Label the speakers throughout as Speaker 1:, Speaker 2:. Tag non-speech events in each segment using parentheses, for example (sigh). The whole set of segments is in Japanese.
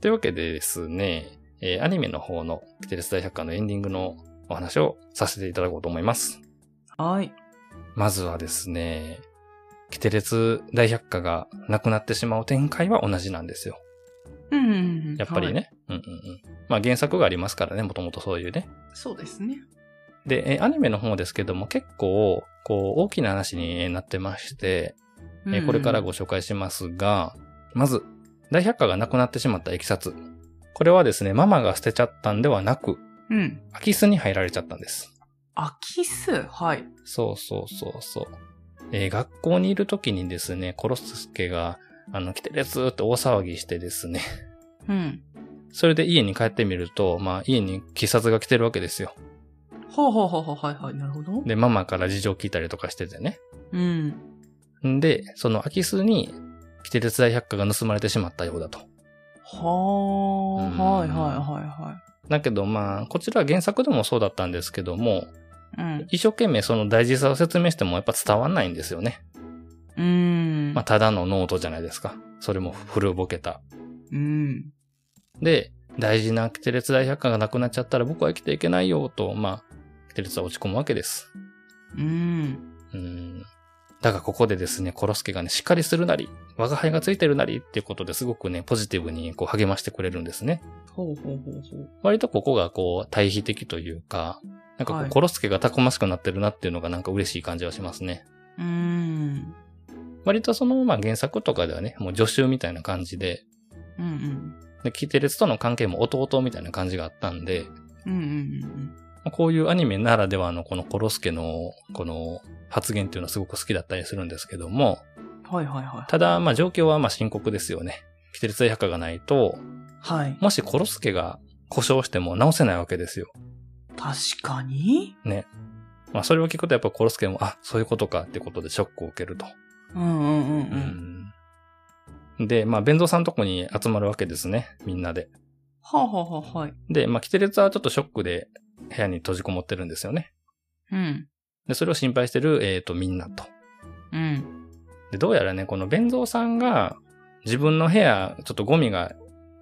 Speaker 1: というわけでですね、えーアニメの方のテテレス大百科のエンディングのお話をさせていただこうと思います。
Speaker 2: はい。
Speaker 1: まずはですね、キテレツ大百科がなくなってしまう展開は同じなんですよ。
Speaker 2: うんうんうん。
Speaker 1: やっぱりね。うんうんうん。まあ原作がありますからね、もともとそういうね。
Speaker 2: はい。そうですね。
Speaker 1: で、えーアニメの方ですけども結構、こう、大きな話になってまして、えーこれからご紹介しますが、まず、大百科がなくなってしまったいきさつ。これはですね、ママが捨てちゃったんではなく、
Speaker 2: うん。うん。
Speaker 1: 空き巣に入られちゃったんです。
Speaker 2: 空き巣はい。
Speaker 1: そうそうそうそう。えー学校にいる時にですね、コロスケが、あの、来てるやつーって大騒ぎしてですね、 (laughs)
Speaker 2: うん。
Speaker 1: それで家に帰ってみると、まあ、家に警察が来てるわけですよ。
Speaker 2: ほうほうほうほう、はいはい。なるほど。
Speaker 1: で、ママから事情聞いたりとかしててね。
Speaker 2: うん。
Speaker 1: んで、その空き巣に、キテレツ大百科が盗まれてしまったようだと。
Speaker 2: はあ、
Speaker 1: うん
Speaker 2: はいは
Speaker 1: だけどまあ、こちらは原作でもそうだったんですけども、
Speaker 2: いはいはい。
Speaker 1: 一生懸命その大事さを説明してもやっぱ伝わんないんですよね。
Speaker 2: うん。うん。
Speaker 1: まあ、ただのノートじゃないですか。それも古ぼけた。
Speaker 2: うん。
Speaker 1: で、大事なキテレツ大百科がなくなっちゃったら僕は生きていけないよと、まあ、キテレツは落ち込むわけです。
Speaker 2: うん。
Speaker 1: うん。だがここでですね、コロスケがね、しっかりするなり、我が輩がついてるなりっていうことですごくね、ポジティブにこう励ましてくれるんですね。
Speaker 2: ほうほうほうほう。
Speaker 1: 割とここがこう対比的というか、なんかこ
Speaker 2: は
Speaker 1: う
Speaker 2: い
Speaker 1: コロスケがたくましくなってるなっていうのがなんか嬉しい感じはしますね。
Speaker 2: うん。
Speaker 1: 割とその、まあ原作とかではね、もう助手みたいな感じで、
Speaker 2: うんうん。
Speaker 1: で、キテレツとの関係も弟みたいな感じがあったんで、
Speaker 2: うんうん
Speaker 1: こういうアニメならではのこのコロスケのこの発言っていうのはすごく好きだったりするんですけども、
Speaker 2: うん。はいはいは
Speaker 1: ただまあ状況はまあ深刻ですよね。キテレツ大百科がないと、
Speaker 2: い。はい。
Speaker 1: もしコロスケが故障しても直せないわけですよ。
Speaker 2: 確かに。
Speaker 1: ね。まあそれを聞くとやっぱコロスケも、あ、そういうことかってことでショックを受けると。
Speaker 2: うんうんうんうん。
Speaker 1: うんで、まあ弁蔵さんのとこに集まるわけですね。みんなで。
Speaker 2: はあ、はあはあ、はい。
Speaker 1: で、まあキテレツはちょっとショックで部屋に閉じこもってるんですよね。
Speaker 2: うん。
Speaker 1: で、それを心配してる、えっ、と、みんなと。
Speaker 2: うん。
Speaker 1: で、どうやらね、この弁蔵さんが、自分の部屋、ちょっとゴミが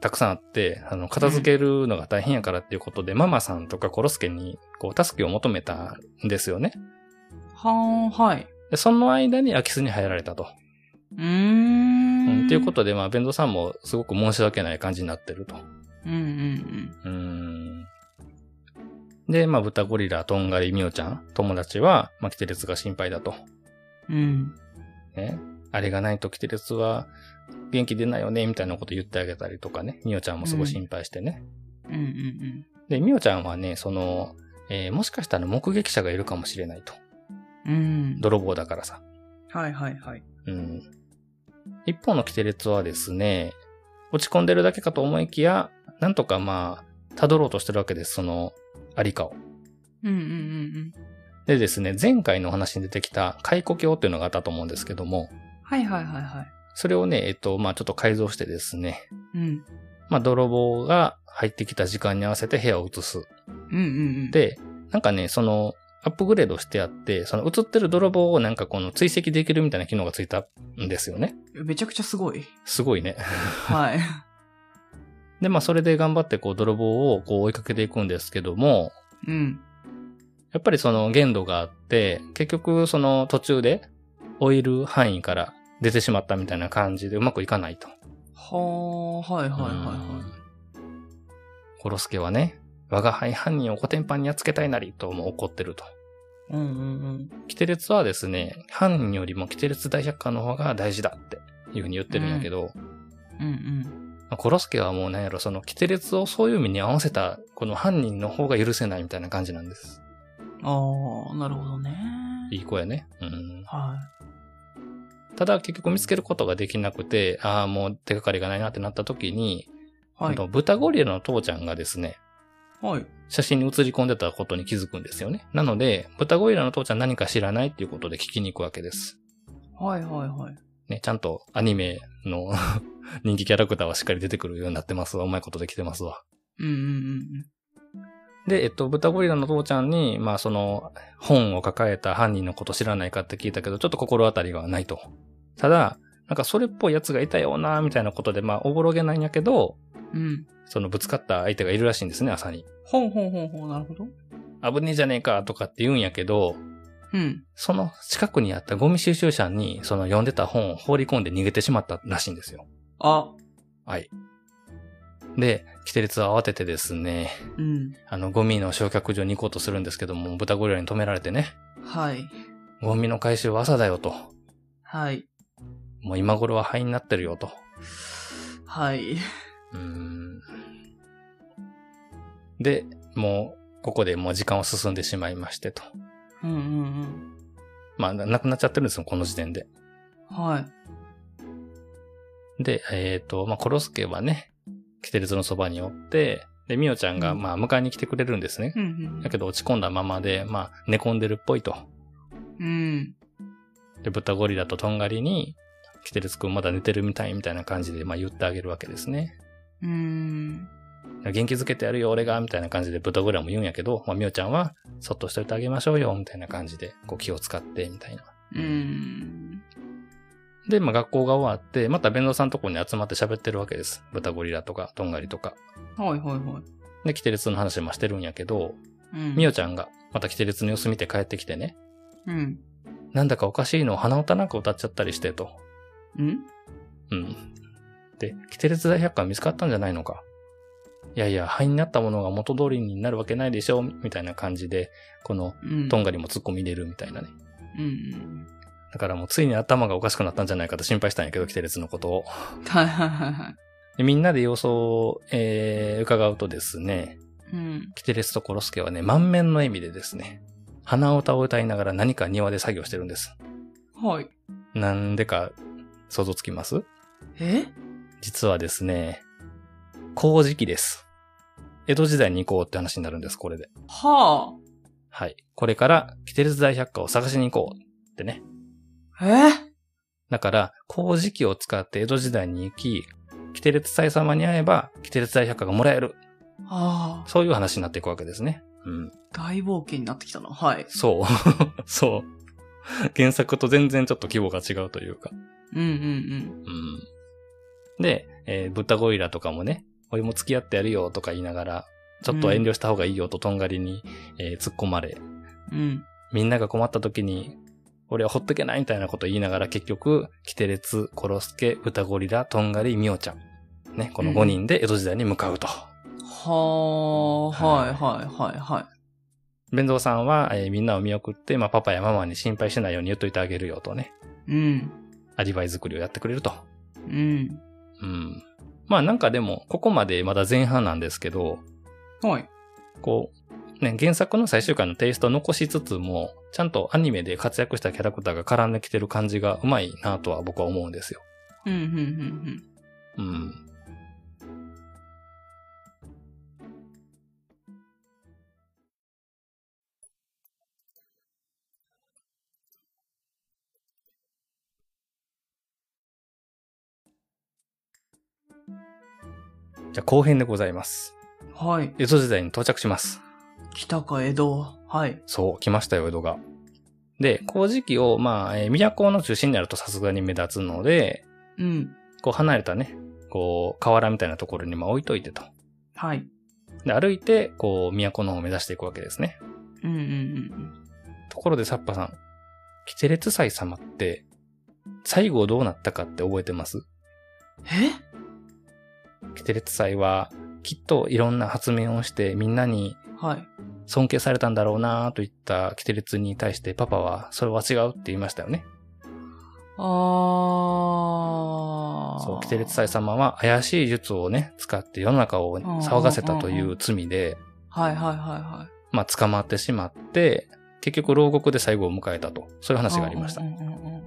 Speaker 1: たくさんあって、あの、片付けるのが大変やからっていうことで、ママさんとかコロスケに、こう、助けを求めたんですよね。
Speaker 2: はあ、はい。
Speaker 1: で、その間に空き巣に入られたと。
Speaker 2: うー
Speaker 1: うん
Speaker 2: ん。
Speaker 1: っていうことで、まあ、弁蔵さんもすごく申し訳ない感じになってると。
Speaker 2: うんうん
Speaker 1: うん。で、まあ、豚ゴリラ、トンガリ、ミオちゃん、友達は、まあ、キテレツが心配だと。
Speaker 2: うん。うん。
Speaker 1: ね。あれがないとキテレツは元気出ないよね、みたいなこと言ってあげたりとかね。ミオちゃんもすごい心配してね。
Speaker 2: うんうん
Speaker 1: で、ミオちゃんはね、その、えーもしかしたら目撃者がいるかもしれないと。
Speaker 2: うん。うん。
Speaker 1: 泥棒だからさ。
Speaker 2: はいはいはい。
Speaker 1: うん。一方のキテレツはですね、落ち込んでるだけかと思いきや、なんとかまあ、辿ろうとしてるわけです、その、ありかを。
Speaker 2: うんうんうんうん。
Speaker 1: でですね、前回のお話に出てきた、解雇教っていうのがあったと思うんですけども、
Speaker 2: はいはいはいはい。
Speaker 1: それをね、えっと、まあちょっと改造してですね、
Speaker 2: うん。
Speaker 1: まあ、泥棒が入ってきた時間に合わせて部屋を移す。
Speaker 2: うんうんうん。、
Speaker 1: で、なんかね、その、アップグレードしてあって、その映ってる泥棒をなんかこの追跡できるみたいな機能がついたんですよね。
Speaker 2: めちゃくちゃすごい。
Speaker 1: すごいね。
Speaker 2: はい。
Speaker 1: で、まあそれで頑張ってこう泥棒をこう追いかけていくんですけども、
Speaker 2: うん。
Speaker 1: やっぱりその限度があって、結局その途中で追える範囲から出てしまったみたいな感じでうまくいかないと。
Speaker 2: はあ、はいはいはいはい。
Speaker 1: コロスケはね、我が輩犯人をコテンパンにやっつけたいなりとも怒ってると。
Speaker 2: うんうん
Speaker 1: キテレツはですね、犯人よりもキテレツ大百科の方が大事だっていうふうに言ってるんやけど、
Speaker 2: うん。うん
Speaker 1: まあコロスケはもうなんやろ、そのキテレツをそういう目に合わせた、この犯人の方が許せないみたいな感じなんです。
Speaker 2: うん。ああ、なるほどね。
Speaker 1: いい子やね。うん。
Speaker 2: は
Speaker 1: ただ結局見つけることができなくて、ああ、もう手がかりがないなってなった時に、
Speaker 2: い。は
Speaker 1: あ
Speaker 2: い
Speaker 1: の。豚ゴリラの父ちゃんがですね、
Speaker 2: はい。
Speaker 1: 写真に写り込んでたことに気づくんですよね。なので、豚ゴリラの父ちゃん何か知らないっていうことで聞きに行くわけです。
Speaker 2: はいはいはい。
Speaker 1: ね、ちゃんとアニメの (laughs) 人気キャラクターはしっかり出てくるようになってますわ。うまいことできてますわ。
Speaker 2: うんうん
Speaker 1: で、えっと、豚ゴリラの父ちゃんに、まあその、本を抱えた犯人のこと知らないかって聞いたけど、ちょっと心当たりがないと。ただ、なんかそれっぽいやつがいたよな、みたいなことで、まあおぼろげないんやけど、
Speaker 2: うん。うん。
Speaker 1: そのぶつかった相手がいるらしいんですね、朝に。
Speaker 2: ほうほうほうほう、なるほど。
Speaker 1: 危ねえじゃねえかとかって言うんやけど、
Speaker 2: うん。
Speaker 1: その近くにあったゴミ収集車にその読んでた本を放り込んで逃げてしまったらしいんですよ。
Speaker 2: あ、
Speaker 1: はい。で、キテレツは慌ててですね、
Speaker 2: うん。
Speaker 1: あのゴミの焼却場に行こうとするんですけども、豚ゴリラに止められてね、
Speaker 2: はい。
Speaker 1: ゴミの回収は朝だよと。
Speaker 2: はい。
Speaker 1: もう今頃は灰になってるよと。
Speaker 2: はい。
Speaker 1: うーん。で、もう、ここでもう時間を進んでしまいましてと。
Speaker 2: うんうん
Speaker 1: まあ、ななくなっちゃってるんですよ、この時点で。
Speaker 2: うん。はい。
Speaker 1: で、えっ、と、まあ、コロスケはね、キテレツのそばにおって、で、ミオちゃんが、
Speaker 2: うん
Speaker 1: まあ、迎えに来てくれるんですね。
Speaker 2: うんうん
Speaker 1: だけど、落ち込んだままで、まあ、寝込んでるっぽいと。
Speaker 2: うん。うん。
Speaker 1: で、豚ゴリラとトンガリに、キテレツくんまだ寝てるみたいみたいな感じで、まあ、言ってあげるわけですね。
Speaker 2: うーん。
Speaker 1: 元気づけてやるよ、俺が、みたいな感じで豚ゴリラも言うんやけど、まあ、ミオちゃんは、そっとしといてあげましょうよ、みたいな感じで、こう気を使って、みたいな。
Speaker 2: うん。
Speaker 1: で、まあ、学校が終わって、また弁当さんのとこに集まって喋ってるわけです。豚ゴリラとか、トンガリとか。
Speaker 2: はいはいはい。
Speaker 1: で、キテレツの話もしてるんやけど、
Speaker 2: うん。
Speaker 1: ミオちゃんが、またキテレツの様子見て帰ってきてね、
Speaker 2: うん。
Speaker 1: なんだかおかしいのを鼻歌なんか歌っちゃったりしてと。
Speaker 2: うん
Speaker 1: うん。で、キテレツ大百科見つかったんじゃないのか。いやいや、灰になったものが元通りになるわけないでしょ、みたいな感じで、この、
Speaker 2: うん。
Speaker 1: トンガリも突っ込み入れるみたいなね。
Speaker 2: うん。
Speaker 1: だからもうついに頭がおかしくなったんじゃないかと心配したんやけど、キテレツのことを。
Speaker 2: はいはいはいはい。
Speaker 1: でみんなで様子を、えー、伺うとですね、
Speaker 2: うん。
Speaker 1: キテレツとコロスケはね、満面の笑みでですね、鼻歌を歌いながら何か庭で作業してるんです。
Speaker 2: はい。
Speaker 1: なんでか想像つきます
Speaker 2: え
Speaker 1: 実はですね、工事期です。江戸時代に行こうって話になるんです、これで。
Speaker 2: は
Speaker 1: はい。これから、キテレツ大百科を探しに行こうってね。
Speaker 2: あ。え
Speaker 1: だから、麹器を使って江戸時代に行き、キテレツ祭様に会えば、キテレツ大百科がもらえる。
Speaker 2: ああ。
Speaker 1: そういう話になっていくわけですね。うん。
Speaker 2: 大冒険になってきたな。はい。
Speaker 1: そう。 (laughs) そう。原作と全然ちょっと規模が違うというか。
Speaker 2: うんうん
Speaker 1: うん。で、えー、ブタゴリラとかもね、俺も付き合ってやるよとか言いながら、ちょっと遠慮した方がいいよととんがりに、えー突っ込まれ、
Speaker 2: うん。うん。
Speaker 1: みんなが困った時に、俺はほっとけないみたいなこと言いながら結局、キテレツ、コロスケ、ブタゴリラ、トンガリ、ミオちゃん。ね、この
Speaker 2: うん
Speaker 1: 5人で江戸時代に向かうと。
Speaker 2: はあ。はいはいはいはい。
Speaker 1: 弁蔵さんは、えーみんなを見送って、まあ、パパやママに心配しないように言っといてあげるよとね、
Speaker 2: うん。
Speaker 1: アリバイ作りをやってくれると。
Speaker 2: うん。
Speaker 1: うん。まあなんかでも、ここまでまだ前半なんですけど、
Speaker 2: はい。
Speaker 1: こう、ね、原作の最終回のテイストを残しつつも、ちゃんとアニメで活躍したキャラクターが絡んできてる感じがうまいなとは僕は思うんですよ。
Speaker 2: うんうん
Speaker 1: う
Speaker 2: うん
Speaker 1: ん。じゃあ後編でございます。
Speaker 2: うん。はい。
Speaker 1: 江戸時代に到着します。
Speaker 2: 北か江戸。はい。
Speaker 1: そう、来ましたよ、江戸が。で、麹時期を、まあ、えー都の中心になるとさすがに目立つので、
Speaker 2: うん。
Speaker 1: こう離れたね、こう、河原みたいなところにまあ置いといてと。
Speaker 2: はい。
Speaker 1: で、歩いて、こう、都の方を目指していくわけですね。
Speaker 2: うんうん
Speaker 1: ところで、サッパさん、キテレツ祭様って、最後どうなったかって覚えてます
Speaker 2: うん。え
Speaker 1: キテレツ祭は、きっといろんな発明をしてみんなに
Speaker 2: はい。
Speaker 1: 尊敬されたんだろうなといったキテレツに対してパパは、それは違うって言いましたよね。
Speaker 2: ああ。
Speaker 1: そう、キテレツ祭様は怪しい術をね、使って世の中を騒がせたという罪で、
Speaker 2: はいはいはいは
Speaker 1: まあ捕まってしまって、結局牢獄で最後を迎えたと、そういう
Speaker 2: い。
Speaker 1: 話がありました
Speaker 2: う。んうんうんうん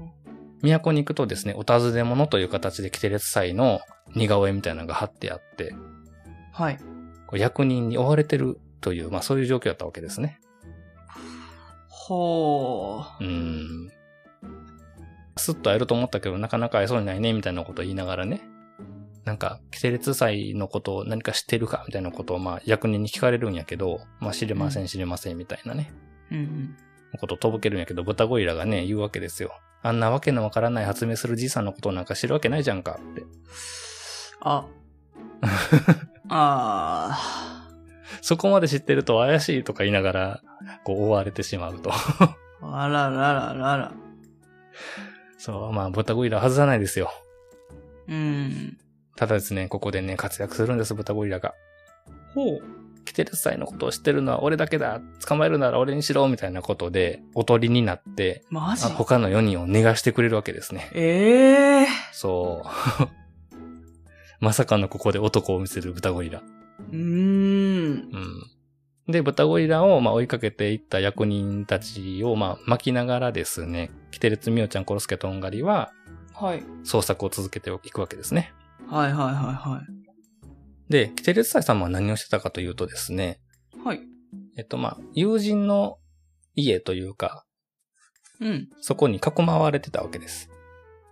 Speaker 1: 都に行くとですね、お尋ね者という形でキテレツ祭の似顔絵みたいなのが貼ってあって、
Speaker 2: はい。
Speaker 1: こう役人に追われてるという、まあそういう状況だったわけですね。
Speaker 2: ほう。
Speaker 1: うーん。スッと会えると思ったけど、なかなか会えそうにないね、みたいなことを言いながらね。なんか、キテレツ祭のことを何か知ってるかみたいなことを、まあ、役人に聞かれるんやけど、まあ、知れませ、
Speaker 2: うん
Speaker 1: 知れません、みたいなね。
Speaker 2: うん
Speaker 1: ことをとぼけるんやけど、豚ゴリラがね、言うわけですよ。あんなわけ (laughs) のわからない発明するじいさんのことなんか知るわけないじゃんかって。
Speaker 2: あ、あ
Speaker 1: そこまで知ってると怪しいとか言いながら、こう、追われてしまうと。 (laughs)
Speaker 2: あ、あららららら。
Speaker 1: そう、まあ、豚ゴリラ外さないですよ。
Speaker 2: うん。
Speaker 1: ただですね、ここでね、活躍するんです、豚ゴリラが。
Speaker 2: ほう。
Speaker 1: キテレツ祭のことを知ってるのは俺だけだ捕まえるなら俺にしろみたいなことで、おとりになって、
Speaker 2: マジ
Speaker 1: あ他の4人を逃がしてくれるわけですね。
Speaker 2: ええ
Speaker 1: そう。 (laughs) まさかのここで男を見せる豚ゴリラ。
Speaker 2: うーん。
Speaker 1: うん。で、豚ゴリラをまあ追いかけていった役人たちをまあ巻きながらですね、キテレツミオちゃん、コロスケとんがりは
Speaker 2: はい。
Speaker 1: 捜索を続けていくわけですね。
Speaker 2: はいはいは
Speaker 1: で、キテレツ祭さんは何をしてたかというとですね、
Speaker 2: いはい。はい。
Speaker 1: えっとまあ、友人の家というか、
Speaker 2: うん。
Speaker 1: そこに囲まわれてたわけです。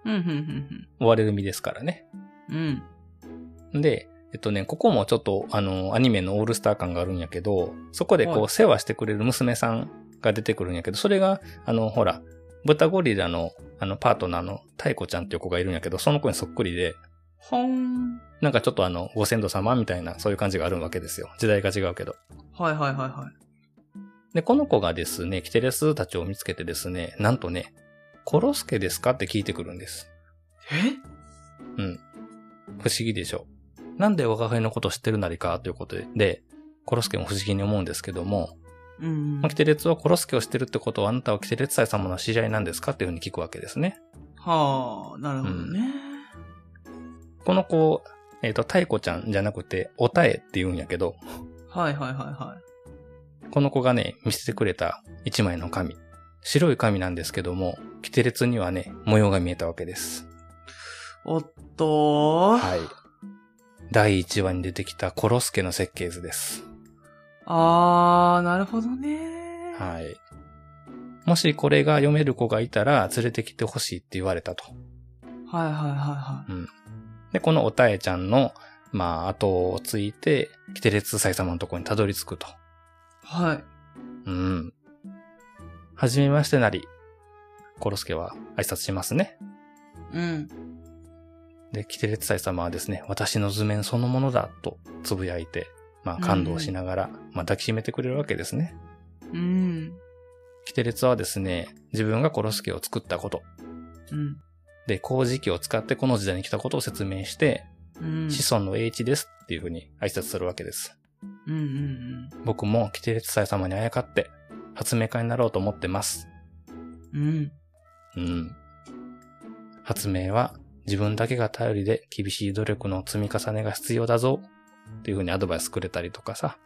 Speaker 2: うん、うん、
Speaker 1: 追われる身ですからね。
Speaker 2: うん、うん。
Speaker 1: で、えっとね、ここもちょっと、あの、アニメのオールスター感があるんやけど、そこでこ
Speaker 2: は
Speaker 1: う、世話してくれる娘さんが出てくるんやけど、それが、あの、ほら、豚ゴリラの、あの、パートナーの太子ちゃんっていう子がいるんやけど、その子にそっくりで、
Speaker 2: ほん。
Speaker 1: なんかちょっとあの、ご先祖様みたいな、そういう感じがあるわけですよ。時代が違うけど。
Speaker 2: はいはいはいはい。
Speaker 1: で、この子がですね、キテレスたちを見つけてですね、なんとね、コロスケですかって聞いてくるんです。
Speaker 2: え
Speaker 1: 不思議でしょう。なんで我が輩のこと知ってるなりかということで、で、コロスケも不思議に思うんですけども、
Speaker 2: うん。
Speaker 1: まあ
Speaker 2: は
Speaker 1: キテレツはコロスケを知ってるってことはあなたはキテレツ祭様の知り合いなんですかっていうふうに聞くわけですね。
Speaker 2: あ、なるほどね。
Speaker 1: この子、えっ、と、太子ちゃんじゃなくて、おたえって言うんやけど、
Speaker 2: はいはいはいはい。
Speaker 1: この子がね、見せてくれた一枚の紙。白い紙なんですけども、キテレツにはね、模様が見えたわけです。
Speaker 2: おっとー。
Speaker 1: はい。第1話に出てきたコロスケの設計図です。
Speaker 2: あー、なるほどね。
Speaker 1: はい。もしこれが読める子がいたら連れてきてほしいって言われたと。
Speaker 2: はいはいはいは
Speaker 1: で、このおたえちゃんの、まあ、後をついて、キテレツ祭様のところにたどり着くと。
Speaker 2: い。はい。
Speaker 1: うん。はじめましてなり、コロスケは挨拶しますね。
Speaker 2: うん。
Speaker 1: で、キテレツ祭様はですね、私の図面そのものだとつぶやいて、まあ、感動しながら、まあ、抱きしめてくれるわけですね。
Speaker 2: うん。
Speaker 1: キテレツはですね、自分がコロスケを作ったこと、
Speaker 2: うん。
Speaker 1: で、工事機を使ってこの時代に来たことを説明して、
Speaker 2: うん。
Speaker 1: 子孫の英知ですっていうふうに挨拶するわけです。
Speaker 2: うんうん
Speaker 1: 僕もキテレツ祭様にあやかって、発明家になろうと思ってます。
Speaker 2: うん。う
Speaker 1: う
Speaker 2: ん。
Speaker 1: ん。発明は自分だけが頼りで厳しい努力の積み重ねが必要だぞ。っていう風にアドバイスくれたりとかさ。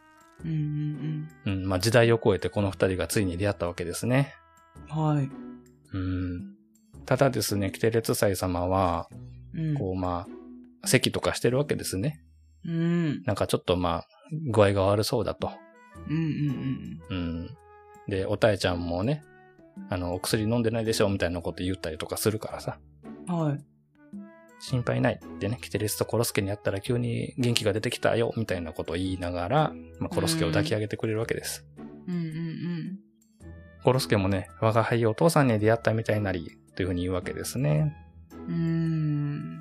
Speaker 2: うんうん
Speaker 1: うん。まあ、時代を超えてこの二人がついに出会ったわけですね。
Speaker 2: うん。はい。
Speaker 1: うん。ただですね、キテレツ祭様は、
Speaker 2: うん。
Speaker 1: こうまあ、咳とかしてるわけですね。
Speaker 2: うん。
Speaker 1: なんかちょっとまあ、具合が悪そうだと。
Speaker 2: うんうん
Speaker 1: うん。で、おたえちゃんもね、あの、お薬飲んでないでしょみたいなこと言ったりとかするからさ。
Speaker 2: うん。はい。
Speaker 1: 心配ないってね、キテレスとコロスケに会ったら急に元気が出てきたよ、みたいなことを言いながら、まあ、コロスケを抱き上げてくれるわけです。
Speaker 2: うんうん
Speaker 1: コロスケもね、我が輩お父さんに出会ったみたいなり、というふうに言うわけですね。
Speaker 2: うん。うーん。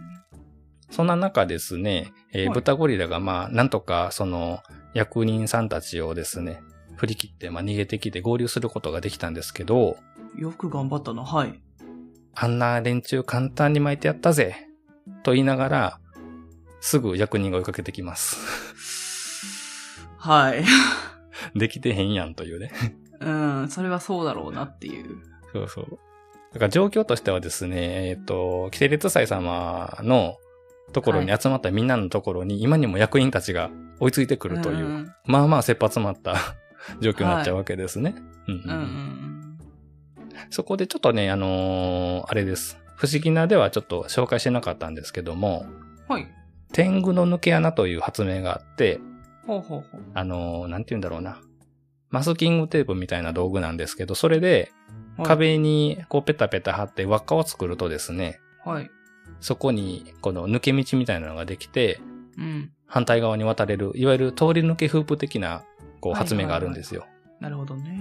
Speaker 1: そんな中ですね、えー
Speaker 2: はい
Speaker 1: 豚ゴリラがまあ、なんとかその役人さんたちをですね、振り切って、まあ、逃げてきて合流することができたんですけど、
Speaker 2: よく頑張ったな。はい。
Speaker 1: あんな連中簡単に巻いてやったぜ、と言いながら、すぐ役人が追いかけてきます。 (laughs)
Speaker 2: はい。 (laughs)
Speaker 1: できてへんやんというね。
Speaker 2: うん。それはそうだろうなっていう。
Speaker 1: そうそう。だから状況としてはですね、えっ、と、キテレツ祭様のところに
Speaker 2: は
Speaker 1: 集まったみんなのところに、今にも役員たちが追いついてくるという、
Speaker 2: うん
Speaker 1: まあまあ切羽詰まった (laughs) 状況になっちゃうわけですね。うん
Speaker 2: う
Speaker 1: うん
Speaker 2: んう
Speaker 1: うん
Speaker 2: ん
Speaker 1: そこでちょっとね、あのーあれです。不思議なではちょっと紹介してなかったんですけども、
Speaker 2: うん。はい。
Speaker 1: 天狗の抜け穴という発明があって、
Speaker 2: ほうほうほう。
Speaker 1: あのーなんて言うんだろうな。マスキングテープみたいな道具なんですけど、それで
Speaker 2: はい。
Speaker 1: 壁にこうペタペタ貼って輪っかを作るとですね、
Speaker 2: はい。
Speaker 1: そこに、この抜け道みたいなのができて、
Speaker 2: うん。
Speaker 1: 反対側に渡れる、いわゆる通り抜けフープ的な、こう、
Speaker 2: はいはいはい
Speaker 1: 発明があるんですよ。
Speaker 2: なるほどね。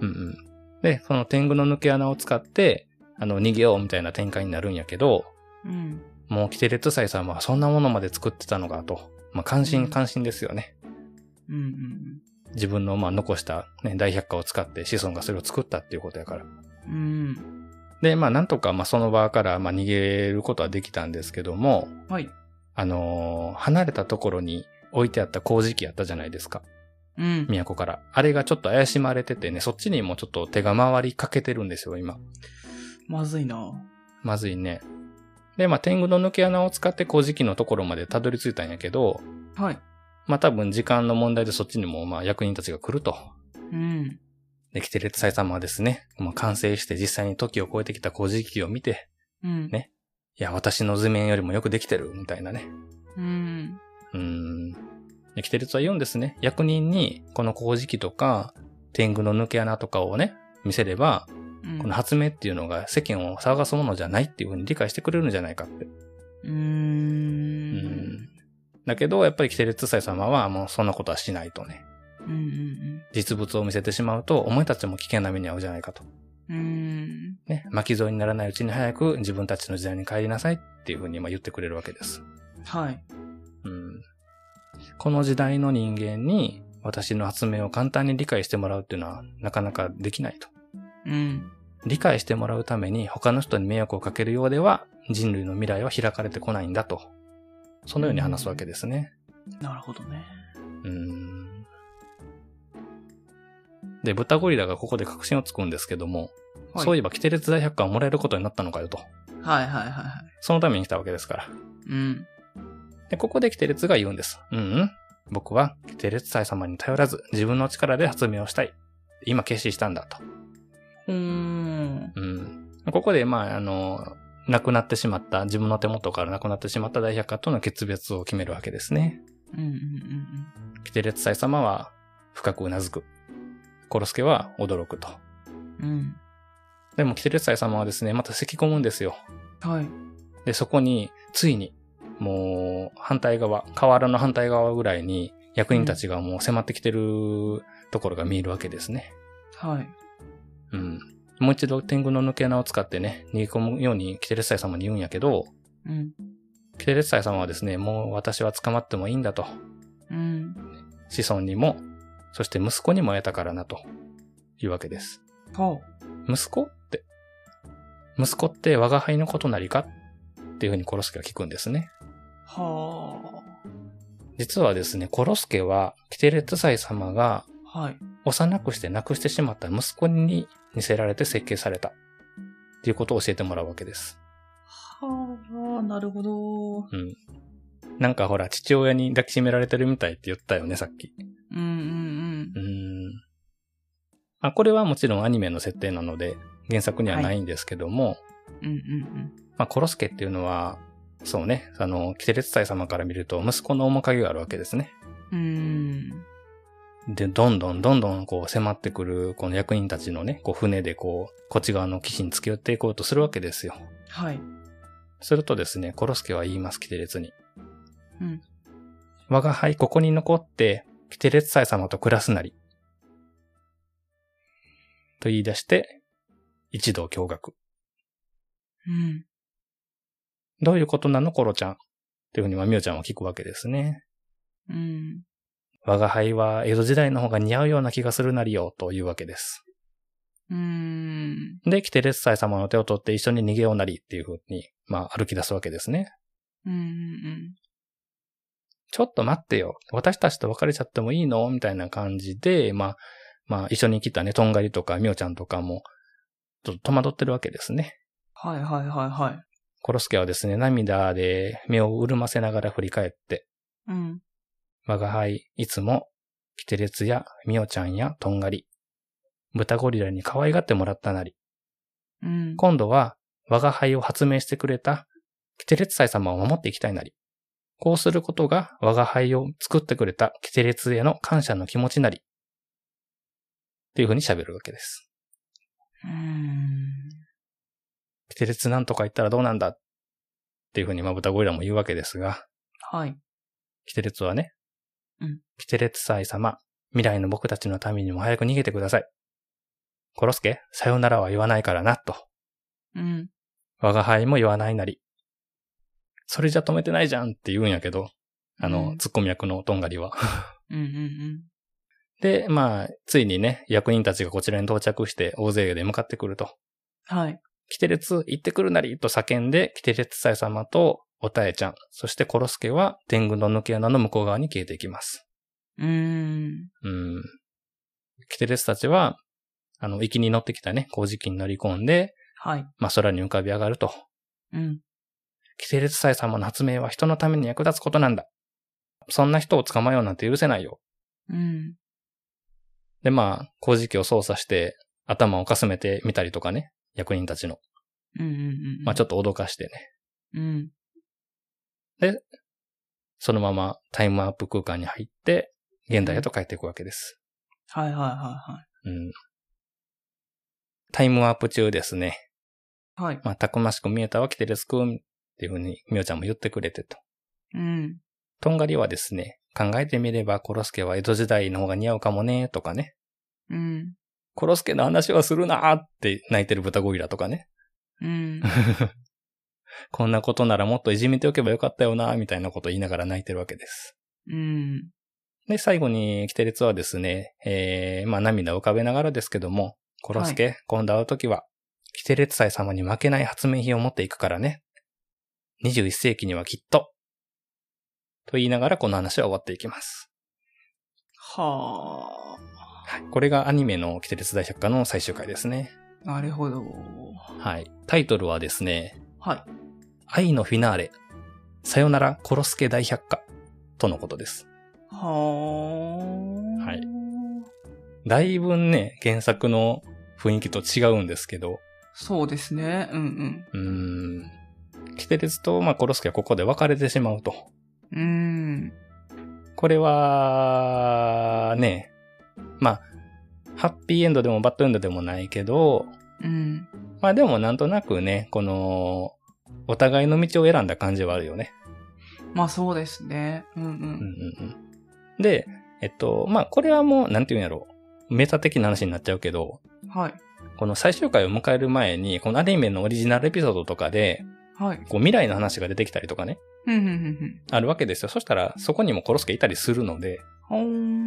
Speaker 1: うんうん。で、その天狗の抜け穴を使って、あの、逃げようみたいな展開になるんやけど、
Speaker 2: うん。
Speaker 1: もうキテレツ祭さんはそんなものまで作ってたのかと。まあ、関
Speaker 2: う
Speaker 1: 心
Speaker 2: ん
Speaker 1: 関心ですよね。
Speaker 2: うんうん
Speaker 1: 自分のまあ残した、ね、大百科を使って子孫がそれを作ったっていうことやから。
Speaker 2: うん。うん。
Speaker 1: で、まあなんとかまあその場からまあ逃げることはできたんですけども、
Speaker 2: はい。
Speaker 1: あのー離れたところに置いてあった工事機やったじゃないですか。
Speaker 2: うん。
Speaker 1: 都から。あれがちょっと怪しまれててね、そっちにもちょっと手が回りかけてるんですよ、今。
Speaker 2: まずいな。
Speaker 1: まずいね。で、まあ天狗の抜け穴を使って工事機のところまでたどり着いたんやけど、
Speaker 2: はい。
Speaker 1: まあ多分時間の問題でそっちにもまあ役人たちが来ると。
Speaker 2: うん。
Speaker 1: できてる埼玉はですね、まあ完成して実際に時を超えてきた工事機を見て、
Speaker 2: うん。
Speaker 1: ねいや、私の図面よりもよくできてる、みたいなね。
Speaker 2: うん。
Speaker 1: うーん。生きてるとは言うんですね。役人に、この工事機とか、天狗の抜け穴とかをね、見せれば、
Speaker 2: うん。
Speaker 1: この発明っていうのが世間を騒がすものじゃないっていうふうに理解してくれるんじゃないかって。
Speaker 2: うー。
Speaker 1: うんん。だけど、やっぱりキテレツサイ様はもうそんなことはしないとね。
Speaker 2: うん。うん
Speaker 1: 実物を見せてしまうと、お前たちも危険な目に遭うじゃないかと。
Speaker 2: うん。うん。
Speaker 1: ね。巻き添えにならないうちに早く自分たちの時代に帰りなさいっていうふうにまあ言ってくれるわけです。
Speaker 2: はい。
Speaker 1: うん。この時代の人間に私の発明を簡単に理解してもらうっていうのはなかなかできないと。
Speaker 2: うん。
Speaker 1: 理解してもらうために他の人に迷惑をかけるようでは人類の未来は開かれてこないんだと。そのように話すわけですね。
Speaker 2: なるほどね。
Speaker 1: うん。で、ブタゴリラがここで確信をつくんですけども、
Speaker 2: はい
Speaker 1: そういえばキテレツ大百科をもらえることになったのかよと。
Speaker 2: はいはいはいはい。
Speaker 1: そのために来たわけですから。
Speaker 2: うん。
Speaker 1: で、ここでキテレツが言うんです。うん、うん。僕はキテレツ祭様に頼らず自分の力で発明をしたい。今決心したんだと。
Speaker 2: うーん。
Speaker 1: うん。ここで、まあ、あの、亡くなってしまった、自分の手元から亡くなってしまった大百科との決別を決めるわけですね。
Speaker 2: うんうんうん
Speaker 1: キテレツ祭様は深くうなずく。コロスケは驚くと。
Speaker 2: うん。
Speaker 1: でもキテレツ祭様はですね、また咳き込むんですよ。
Speaker 2: うん。はい。
Speaker 1: で、そこに、ついに、もう、反対側、河原の反対側ぐらいに、役人たちがもう迫ってきてるところが見えるわけですね。
Speaker 2: はい。
Speaker 1: うん。もう一度天狗の抜け穴を使ってね、逃げ込むようにキテレツ祭様に言うんやけど、
Speaker 2: うん。
Speaker 1: キテレツ祭様はですね、もう私は捕まってもいいんだと。
Speaker 2: うん。
Speaker 1: 子孫にも、そして息子にも会えたからなと。いうわけです。
Speaker 2: ほ
Speaker 1: 息子って。息子って我が輩のことなりかっていうふうにコロスケは聞くんですね。
Speaker 2: う。は
Speaker 1: 実はですね、コロスケは、キテレツ祭様が
Speaker 2: あ。はい。
Speaker 1: 幼くして亡くしてしまった息子に似せられて設計された。っていうことを教えてもらうわけです。
Speaker 2: はあ、なるほど。うん
Speaker 1: うん。なんかほら、父親に抱きしめられてるみたいって言ったよね、さっき。
Speaker 2: うんうん
Speaker 1: う。ーん。あ、これはもちろんアニメの設定なので、原作にはないんですけども、
Speaker 2: うんうん
Speaker 1: まあ、コロスケっていうのは、そうね、あの、キテレツ祭様から見ると息子の面影があるわけですね。
Speaker 2: うん。うん。
Speaker 1: で、どんどんどんどんこう迫ってくる、この役人たちのね、こう船でこう、こっち側の岸に突き寄っていこうとするわけですよ。
Speaker 2: はい。
Speaker 1: するとですね、コロスケは言います、キテレツに。
Speaker 2: うん。
Speaker 1: 我が輩ここに残って、キテレツ祭様と暮らすなり。と言い出して、一同驚愕。
Speaker 2: うん。
Speaker 1: どういうことなの、コロちゃん。っていうふうに、まあ、みおちゃんは聞くわけですね。
Speaker 2: うん。
Speaker 1: 我が輩は江戸時代の方が似合うような気がするなりよ、というわけです。
Speaker 2: うん。
Speaker 1: で、キテレツ祭様の手を取って一緒に逃げようなりっていうふうに、まあ、歩き出すわけですね。
Speaker 2: うんうん。
Speaker 1: ちょっと待ってよ。私たちと別れちゃってもいいのみたいな感じで、まあ、まあ、一緒に来たね、とんがりとか、みおちゃんとかも、ちょっと戸惑ってるわけですね。
Speaker 2: はいはいはいはい。
Speaker 1: コロスケはですね、涙で目を潤ませながら振り返って、
Speaker 2: うん。
Speaker 1: 我が輩、いつも、キテレツやみおちゃんやとんがり、豚ゴリラに可愛がってもらったなり、
Speaker 2: うん。
Speaker 1: 今度は、我が輩を発明してくれた、キテレツ祭様を守っていきたいなり。こうすることが、我が輩を作ってくれたキテレツへの感謝の気持ちなり。っていうふうに喋るわけです。
Speaker 2: うん。
Speaker 1: キテレツなんとか言ったらどうなんだっていうふうに、まあ、豚ゴリラも言うわけですが、
Speaker 2: はい。
Speaker 1: キテレツはね、
Speaker 2: うん
Speaker 1: キテレツ祭様、未来の僕たちのためにも早く逃げてください。コロスケ、さよならは言わないからな、と。
Speaker 2: うん。
Speaker 1: 我が輩も言わないなり。それじゃ止めてないじゃんって言うんやけど、あ
Speaker 2: う
Speaker 1: の
Speaker 2: ん、
Speaker 1: ツッコミ役のトンガリは。 (laughs)
Speaker 2: うんうん
Speaker 1: で、まあ、ついにね、役員たちがこちらに到着して、大勢で向かってくると。
Speaker 2: うん。はい。
Speaker 1: キテレツ行ってくるなりと叫んで、キテレツ祭様とおたえちゃん、そしてコロスケは天狗の抜け穴の向こう側に消えていきます。
Speaker 2: うーん。
Speaker 1: うん。キテレツたちは、あの、息に乗ってきたね、工事機に乗り込んで、
Speaker 2: はい。
Speaker 1: まあ、空に浮かび上がると。
Speaker 2: うん。
Speaker 1: キテレツ祭様の発明は人のために役立つことなんだ。そんな人を捕まえようなんて許せないよ。
Speaker 2: うん。
Speaker 1: で、まあ、工事機を操作して、頭をかすめてみたりとかね、役人たちの。
Speaker 2: うんうんうん。
Speaker 1: まあ、ちょ
Speaker 2: っ
Speaker 1: っと脅かしてね。
Speaker 2: と。うん。
Speaker 1: そのままタイムアップ空間に入って、現代へと帰っていくわけです。
Speaker 2: はいはいは
Speaker 1: うん。タイムアップ中ですね。
Speaker 2: いはい。はい。
Speaker 1: まあ、たくましく見えたわ、キテレス君っていうふうに、みおちゃんも言ってくれてと。
Speaker 2: うん。
Speaker 1: とんがりはですね、考えてみれば、コロスケは江戸時代の方が似合うかもね、とかね。
Speaker 2: うん。
Speaker 1: コロスケの話はするなーって泣いてる豚ゴリラとかね。 (laughs)
Speaker 2: うん。
Speaker 1: こんなことならもっといじめておけばよかったよなー、みたいなことを言いながら泣いてるわけです。
Speaker 2: うん。
Speaker 1: で、最後に、キテレツはですね、えー、まあ涙を浮かべながらですけども、コロスケ、今度会うときは、キテレツ祭様に負けない発明品を持っていくからね。21世紀にはきっと。と言いながらこの話は終わっていきます。
Speaker 2: は
Speaker 1: はい。これがアニメのキテレツ大百科の最終回ですね。
Speaker 2: あ。なるほど。
Speaker 1: はい。タイトルはですね、
Speaker 2: はい。
Speaker 1: 愛のフィナーレ、さよならコロスケ大百科、とのことです。
Speaker 2: はあ。
Speaker 1: はい。だいぶね、原作の雰囲気と違うんですけど、
Speaker 2: そうですね。うん
Speaker 1: うーん。キテレツと、まあ、コロスケはここで別れてしまうと。
Speaker 2: うん。うん。
Speaker 1: これは、ね、まあ、ハッピーエンドでもバッドエンドでもないけど、
Speaker 2: うん。
Speaker 1: まあでもなんとなくね、この、お互いの道を選んだ感じはあるよね。
Speaker 2: まあそうですね。うんう
Speaker 1: うん
Speaker 2: ん。
Speaker 1: うんうん。で、えっと、まあこれはもう、なんて言うんやろう。メタ的な話になっちゃうけど、
Speaker 2: はい。
Speaker 1: この最終回を迎える前に、このアニメのオリジナルエピソードとかで、
Speaker 2: はい。
Speaker 1: こう未来の話が出てきたりとかね、
Speaker 2: うんうんうん
Speaker 1: あるわけですよ。そしたら、そこにもコロスケいたりするので、
Speaker 2: うん。ほー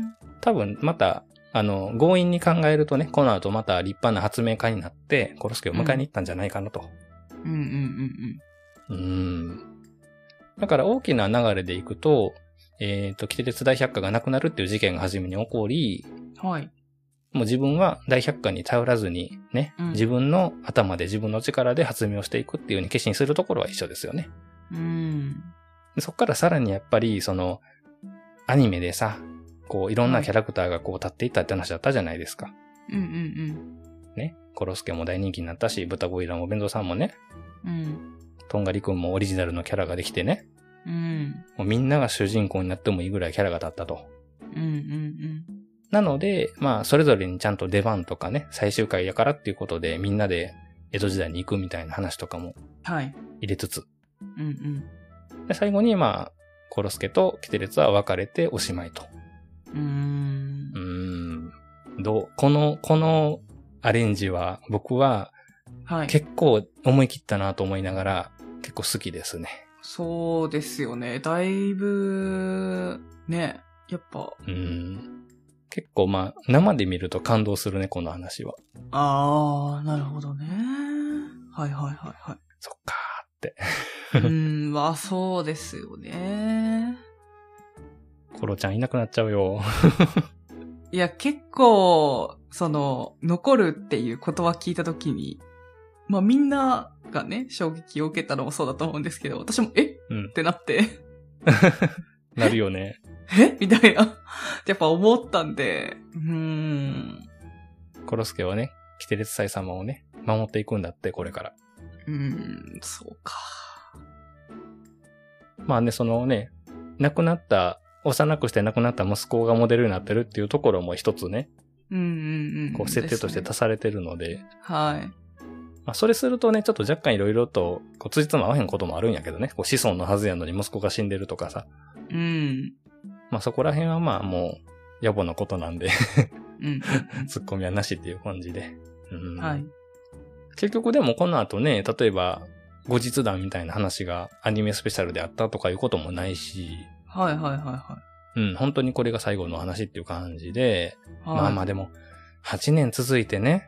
Speaker 2: ん。
Speaker 1: 多分また、あの、強引に考えるとね、この後また立派な発明家になって、コロスケを迎えに行ったんじゃないかなと。
Speaker 2: うん
Speaker 1: う
Speaker 2: うんうん
Speaker 1: ーん。だから大きな流れでいくと、えっ、と、キテレツ大百科がなくなるっていう事件が初めに起こり、
Speaker 2: うん。はい。
Speaker 1: もう自分は大百科に頼らずにね、
Speaker 2: うん
Speaker 1: 自分の頭で自分の力で発明をしていくっていうふうに決心するところは一緒ですよね。
Speaker 2: うん。
Speaker 1: でそっからさらにやっぱり、その、アニメでさ、こう、いろんなキャラクターがこう立っていったって話だったじゃないですか。
Speaker 2: うんうん
Speaker 1: ね、コロスケも大人気になったし、豚ゴリラもお弁当さんもね、
Speaker 2: うん。うん。
Speaker 1: とんがりくんもオリジナルのキャラができてね、
Speaker 2: うん。
Speaker 1: もうみんなが主人公になってもいいぐらいキャラが立ったと。
Speaker 2: うんうん
Speaker 1: なので、まあ、それぞれにちゃんと出番とかね、最終回やからっていうことで、みんなで江戸時代に行くみたいな話とかも
Speaker 2: うん。はい。
Speaker 1: 入れつつ、
Speaker 2: うんうん。
Speaker 1: で最後に、まあ、コロスケとキテレツは別れておしまいと。
Speaker 2: うーん
Speaker 1: うー。ん。どうこの、このアレンジは、僕は
Speaker 2: はい。
Speaker 1: 結構思い切ったなと思いながら、結構好きですね。
Speaker 2: そうですよね。だいぶ、ね、やっぱ、
Speaker 1: うん。結構まあ、生で見ると感動するね、この話は。
Speaker 2: あー、なるほどね。はいはいはいは
Speaker 1: そっか
Speaker 2: い。うーん、まあそうですよね。
Speaker 1: ー。コロちゃんいなくなっちゃうよ。 (laughs)
Speaker 2: いや、結構、その、残るっていう言葉聞いたときに、まあみんながね、衝撃を受けたのもそうだと思うんですけど、私も、え
Speaker 1: うん
Speaker 2: っ。てなって、
Speaker 1: なるよね。
Speaker 2: えみたいな、ってやっぱ思ったんで、うーん、
Speaker 1: コロスケはね、キテレツ祭様をね、守っていくんだって、これから。
Speaker 2: うーん、そうか。
Speaker 1: まあね、そのね、亡くなった、幼くして亡くなった息子がモデルになってるっていうところも一つね、
Speaker 2: うんうんうん。
Speaker 1: こう設定として
Speaker 2: ですね
Speaker 1: 足されてるので、
Speaker 2: はい。
Speaker 1: まあそれするとね、ちょっと若干いろいろと、こう、つじつま合わへんこともあるんやけどね、こう子孫のはずやのに息子が死んでるとかさ、
Speaker 2: うん。
Speaker 1: まあそこら辺はまあもう、野暮なことなんで、 (laughs)
Speaker 2: うん。
Speaker 1: ツッコミはなしっていう感じで。うん
Speaker 2: はい。
Speaker 1: 結局でもこの後ね、例えば、後日談みたいな話がアニメスペシャルであったとかいうこともないし、
Speaker 2: はいはいはいは
Speaker 1: うん、本当にこれが最後の話っていう感じで、
Speaker 2: い。はい
Speaker 1: まあまあでも、8年続いてね、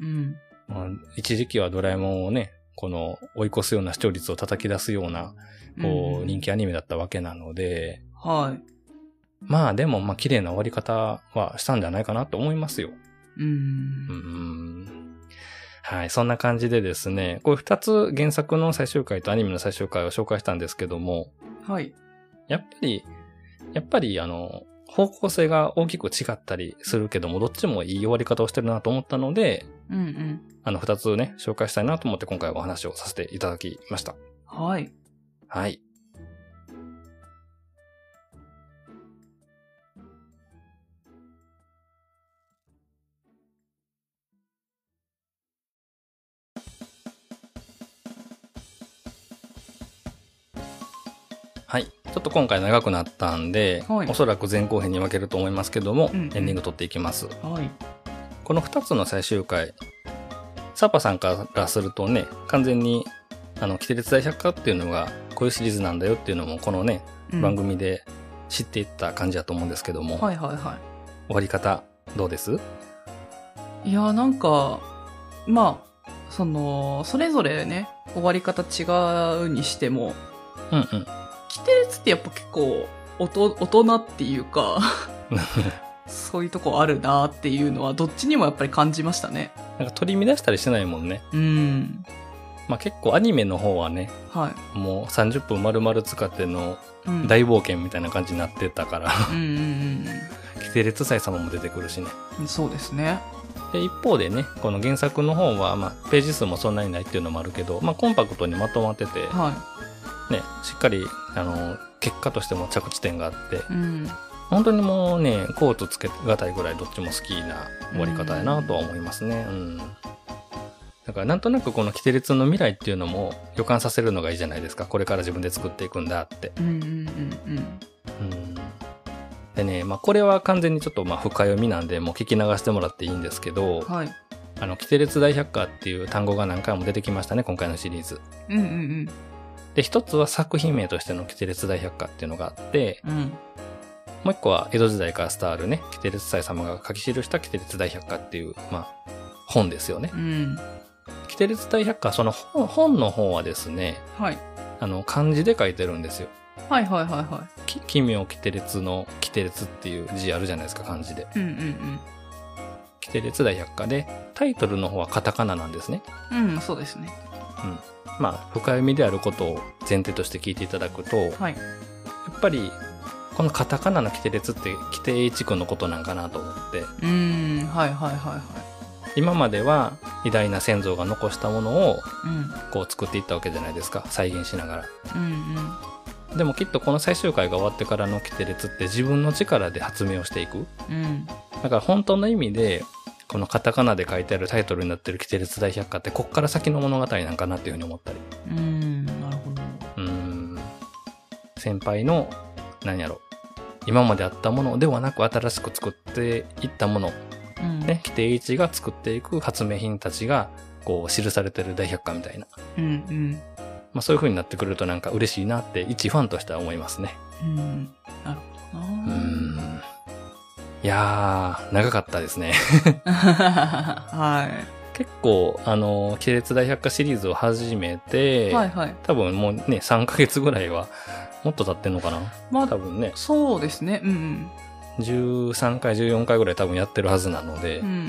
Speaker 2: うん。
Speaker 1: まあ一時期はドラえもんをね、この追い越すような視聴率を叩き出すような、こう、人
Speaker 2: 気。
Speaker 1: 気アニメだったわけなので、
Speaker 2: はい。
Speaker 1: まあでも、まあ綺麗な終わり方はしたんじゃないかなと思いますよ。
Speaker 2: う。
Speaker 1: うんうんん。はい、そんな感じでですね、こう二つ原作の最終回とアニメの最終回を紹介したんですけども、
Speaker 2: はい。
Speaker 1: やっぱり、やっぱりあの、方向性が大きく違ったりするけども、どっちもいい終わり方をしてるなと思ったので、
Speaker 2: うんうん。
Speaker 1: あの二つね、紹介したいなと思って今回お話をさせていただきました。
Speaker 2: はい。
Speaker 1: はい。はい。ちょっと今回長くなったんで、
Speaker 2: はい
Speaker 1: おそらく前後編に分けると思いますけども、
Speaker 2: うんうん
Speaker 1: エンディング取っていきます。
Speaker 2: はい。
Speaker 1: この2つの最終回、サーパさんからするとね、完全に、あの、キテレツ大百科っていうのが、こういうシリーズなんだよっていうのも、このね、
Speaker 2: うん
Speaker 1: 番。組で知っていった感じだと思うんですけども、
Speaker 2: はいはいは
Speaker 1: 終わり方、どうです
Speaker 2: い。いや、なんか、まあ、その、それぞれね、終わり方違うにしても、
Speaker 1: うんうん。
Speaker 2: 規定つってやっぱ結構、おと、大人っていうか、そういうとこあるなっていうのは、どっちにもやっぱり感じましたね。
Speaker 1: なんか取り乱したりしてないもんね。
Speaker 2: うん。
Speaker 1: まあ結構アニメの方はね、
Speaker 2: は
Speaker 1: もう30分丸々使っての
Speaker 2: い。うん、
Speaker 1: 大冒険みたいな感じになってたから、 (laughs)
Speaker 2: うんうん
Speaker 1: キテレツ祭様も出てくるしね。
Speaker 2: うん。そうですね。
Speaker 1: で一方でねこの原作の方は、まあ、ページ数もそんなにないっていうのもあるけど、まあ、コンパクトにまとまってて、
Speaker 2: は
Speaker 1: ね、しっかりあの結果としても着地点があって
Speaker 2: い。うん。
Speaker 1: 本当にもうねコートつけがたいぐらいどっちも好きな終わり方やなとは思いますね。うんだからなんとなくこの「キテレツの未来」っていうのも予感させるのがいいじゃないですかこれから自分で作っていくんだって。
Speaker 2: うんうんうんうん。
Speaker 1: うんでね、まあ、これは完全にちょっとまあ深読みなんでもう聞き流してもらっていいんですけど、
Speaker 2: はい。
Speaker 1: あの、キテレツ大百科っていう単語が何回も出てきましたね、今回のシリーズ。
Speaker 2: うんうん
Speaker 1: で、一つは作品名としてのキテレツ大百科っていうのがあって、
Speaker 2: うん。うん。
Speaker 1: もう一個は江戸時代から伝わるね、キテレツ祭様が書き記したキテレツ大百科っていう、まあ、本ですよね
Speaker 2: う。ん。
Speaker 1: キテレツ大百科、その本本の方はですね、
Speaker 2: はい。
Speaker 1: あの、漢字で書いてるんですよ。
Speaker 2: はいはいはいは
Speaker 1: き奇妙キテレツのキテレツっていう字あるじゃないですか、漢字で。
Speaker 2: い。うんうん
Speaker 1: キテレツ大百科で、タイトルの方はカタカナなんですね。
Speaker 2: うん。うん、そうですね。
Speaker 1: まあ、深読みであることを前提として聞いていただくと、
Speaker 2: はい。
Speaker 1: やっぱりこのカタカナのキテレツってキテエイチ君のことなんかなと思って
Speaker 2: うーん、はいはいはいは
Speaker 1: 今までは偉大な先祖が残したものを
Speaker 2: い。うん。
Speaker 1: こう作っていったわけじゃないですか再現しなが
Speaker 2: うんうん。
Speaker 1: らでもきっとこの最終回が終わってからのキテレツって自分の力で発明をしていく
Speaker 2: うん。
Speaker 1: だから本当の意味でこのカタカナで書いてあるタイトルになってるキテレツ大百科ってこっから先の物語なんかなっていうふうに思ったり
Speaker 2: うん。なるほど。
Speaker 1: うーん先輩の何やろ今まであったものではなく新しく作っていったもの
Speaker 2: うん。
Speaker 1: ね、規定一が作っていく発明品たちが、こう、記されてる大百科みたいな。
Speaker 2: うん
Speaker 1: まあそういう風になってくるとなんか嬉しいなって、一ファンとしては思いますね。
Speaker 2: うん。うん。なるほど
Speaker 1: う
Speaker 2: な。
Speaker 1: ーん。いやー、長かったですね。
Speaker 2: は
Speaker 1: (laughs) 結構、あの、系列大百科シリーズを始め
Speaker 2: い。
Speaker 1: て、
Speaker 2: はいはい。
Speaker 1: 多分もうね、3ヶ月ぐらいは、もっと経ってんのかな
Speaker 2: ま
Speaker 1: 多
Speaker 2: あ、
Speaker 1: 分ね、
Speaker 2: そうですね。うん
Speaker 1: 13回、14回ぐらい多分やってるはずなので、
Speaker 2: うん。うん。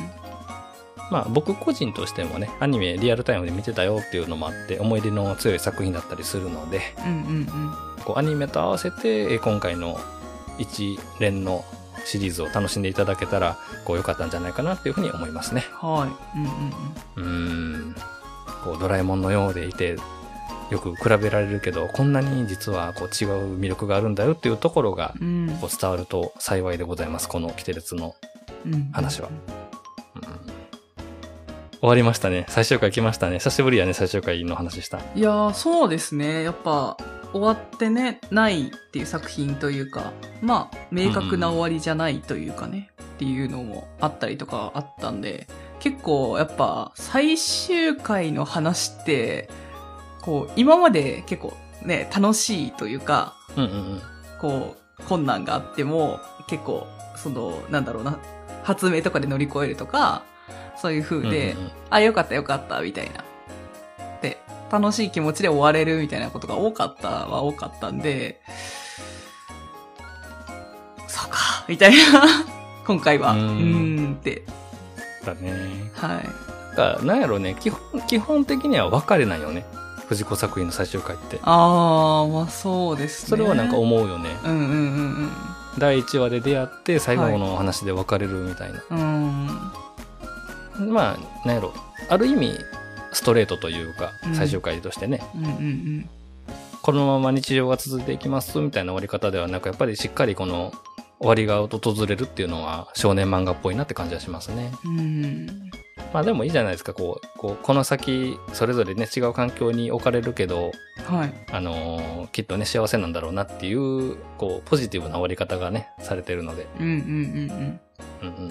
Speaker 1: まあ僕個人としてもね、アニメリアルタイムで見てたよっていうのもあって、思い出の強い作品だったりするので、
Speaker 2: うんうんうん。
Speaker 1: こうアニメと合わせてえー今回の一連のシリーズを楽しんでいただけたらこう良かったんじゃないかなっていうふうに思いますね。
Speaker 2: はい。うんうんうん。
Speaker 1: うーんこうドラえもんのようでいてよく比べられるけどこんなに実はこう違う魅力があるんだよっていうところが
Speaker 2: うん
Speaker 1: こう伝わると幸いでございますこの「キテレツの」
Speaker 2: うん
Speaker 1: 話はうん終わりましたね最終回来ましたね久しぶりやね最終回の話した。
Speaker 2: いやーそうですねやっぱ終わってねないっていう作品というかまあ明確な終わりじゃないというかね、っていうのもあったりとかあったんで結構やっぱ最終回の話ってこう今まで結構ね楽しいというか
Speaker 1: うんうんうん
Speaker 2: こう、困難があっても、結構、その、なんだろうな、発明とかで乗り越えるとか、そういう風で、
Speaker 1: うんうん
Speaker 2: あ、よかったよかった、みたいな。で、楽しい気持ちで終われるみたいなことが多かったは多かったんで、そうか、みたいな、 (laughs) 今回は、う
Speaker 1: う
Speaker 2: ー
Speaker 1: ん
Speaker 2: ん、って、
Speaker 1: だね。
Speaker 2: はい。
Speaker 1: なんか、なんやろうね、基本、基本的には別れないよね。藤子作品の最終回って。
Speaker 2: ああ、まあそうですね。
Speaker 1: それはなんか思うよね。
Speaker 2: うんうんうん
Speaker 1: 第1話で出会って、最後のお話で別れるみたいな。
Speaker 2: うん。うん。
Speaker 1: まあ、なんやろある意味、ストレートというか
Speaker 2: う、ん
Speaker 1: 最終回としてね、
Speaker 2: うんうんうん。
Speaker 1: このまま日常が続いていきますみたいな終わり方ではなく、やっぱりしっかりこの終わりが訪れるっていうのは少年漫画っぽいなって感じはしますね。
Speaker 2: うん。
Speaker 1: まあでもいいじゃないですか、こう、こうこの先、それぞれね、違う環境に置かれるけど、
Speaker 2: はい。
Speaker 1: あのーきっとね、幸せなんだろうなっていう、こう、ポジティブな終わり方がね、されてるので。
Speaker 2: うんうん
Speaker 1: うんうんうん。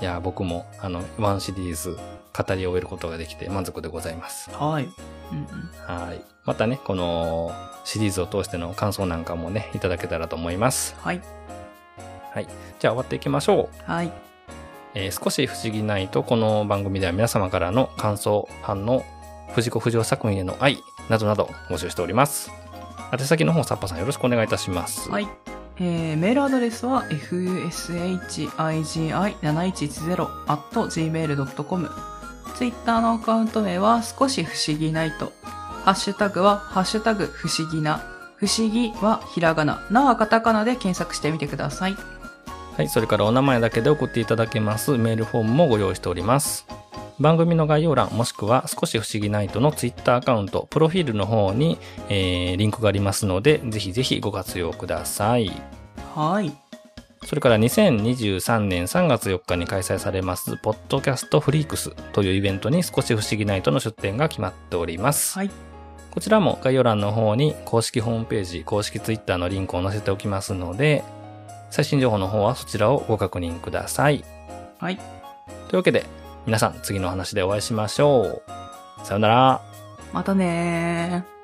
Speaker 1: いやー、僕も、あの、ワンシリーズ、語り終えることができて満足でございます
Speaker 2: うん。。はい。うんうん。
Speaker 1: はい。またね、この、シリーズを通しての感想なんかもね、いただけたらと思います。
Speaker 2: はい。
Speaker 1: じゃあ終わっていきましょう。
Speaker 2: はい。
Speaker 1: えー少し不思議ないと、この番組では皆様からの感想、反応、藤子不二雄作品への愛、などなど募集しております。宛先の方、サッパさんよろしくお願いいたします。
Speaker 2: はい。えー、メールアドレスは fushigi7110.gmail.com ツイッターのアカウント名は少し不思議ないと。ハッシュタグはハッシュタグ不思議な。不思議はひらがな。なはカタカナで検索してみてください。
Speaker 1: はい、それからお名前だけで送っていただけますメールフォームもご用意しております。番組の概要欄もしくは少し不思議ナイトのツイッターアカウント、プロフィールの方に、えーリンクがありますので、ぜひぜひご活用ください。
Speaker 2: はい。
Speaker 1: それから2023年3月4日に開催されます、ポッドキャストフリークスというイベントに少し不思議ナイトの出展が決まっております。
Speaker 2: はい。
Speaker 1: こちらも概要欄の方に公式ホームページ、公式ツイッターのリンクを載せておきますので、最新情報の方はそちらをご確認ください。
Speaker 2: はい。
Speaker 1: というわけで、皆さん次のお話でお会いしましょう。さようなら。
Speaker 2: またねー。